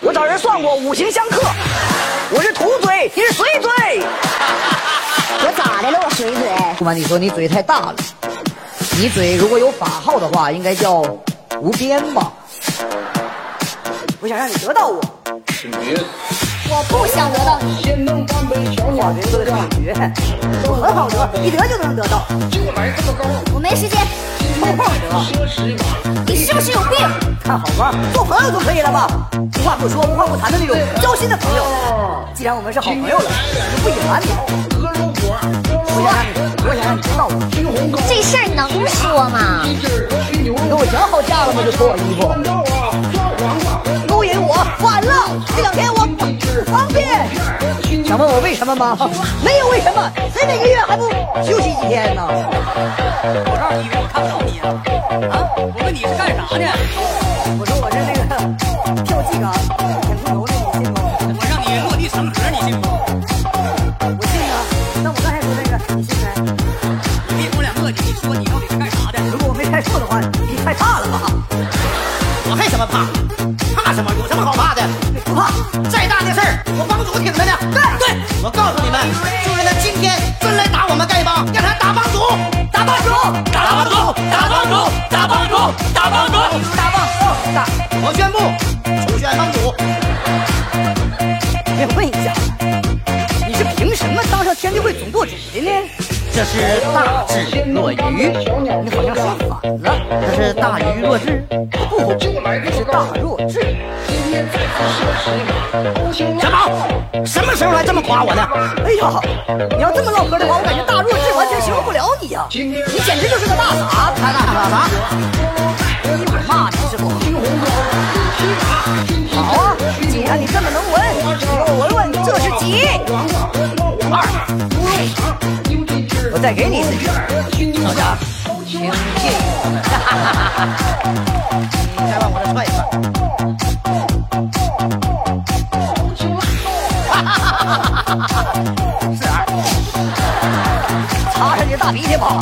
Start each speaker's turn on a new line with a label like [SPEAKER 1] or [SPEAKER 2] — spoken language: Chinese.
[SPEAKER 1] 我找人算过，五行相克，我是土嘴，你是水嘴。
[SPEAKER 2] 我咋的了？我水嘴？
[SPEAKER 3] 不瞒你说，你嘴太大了，你嘴如果有法号的话，应该叫无边吧？
[SPEAKER 1] 我想让你得到我，
[SPEAKER 2] 我不想得到你。
[SPEAKER 1] 好人的感觉，有很好得，一得就能得到。
[SPEAKER 2] 我没时间。
[SPEAKER 1] 泡泡得，
[SPEAKER 2] 你是不是有病？
[SPEAKER 1] 看好吗？做朋友就可以了吧？无话不说，无话不谈的那种
[SPEAKER 3] 啊
[SPEAKER 1] 交心的朋友。既然我们是好朋友了，我就不隐瞒你。我想让你，我想让你知道我。
[SPEAKER 2] 这事儿能说吗？
[SPEAKER 1] 你跟我讲好价了吗？就脱我衣服，勾引我，晚了，这两天我不方便。想问我为什么吗？没有为什么，谁每个月还不休息几天呢？
[SPEAKER 4] 我告诉你，我看不到你啊！啊，我问你是干啥的？
[SPEAKER 1] 我说我是那个跳技岗演出头的，你信吗？
[SPEAKER 4] 我让你落地成盒，你信不？
[SPEAKER 1] 我信啊。那我刚才说那个，你信没？
[SPEAKER 4] 你别跟我俩磨叽，你说你到底是干啥的？
[SPEAKER 1] 如果我没猜错的话，你太怕了吧？
[SPEAKER 4] 我还什么怕？怕什么？有什么好怕的？
[SPEAKER 1] 不怕，
[SPEAKER 4] 再大的事儿，我帮主挺着呢。对对，我告诉你们，就是他今天真来打我们丐帮，让他打帮主，打帮主，打帮主，打帮主，打帮主，打帮主，打帮主，打！我宣布，重选帮主。
[SPEAKER 1] 我问一下，你是凭什么当上天地会总舵主的呢？
[SPEAKER 4] 这是大智若愚，
[SPEAKER 1] 你好像说反了。
[SPEAKER 4] 这是大愚若智。
[SPEAKER 1] 是大弱智。
[SPEAKER 4] 小宝，什么时候还这么夸我呢？
[SPEAKER 1] 哎呀，你要这么唠嗑的话，我感觉大弱智完全形容不了你呀、你简直就是个大傻子。
[SPEAKER 4] 大傻啥？
[SPEAKER 1] 一会儿骂你是不？好啊，既然你这么能文，我闻闻这是几？二。我再给你一次。
[SPEAKER 4] 小家，请进。你再往我这踹一踹。
[SPEAKER 1] 擦擦你的大鼻涕吧。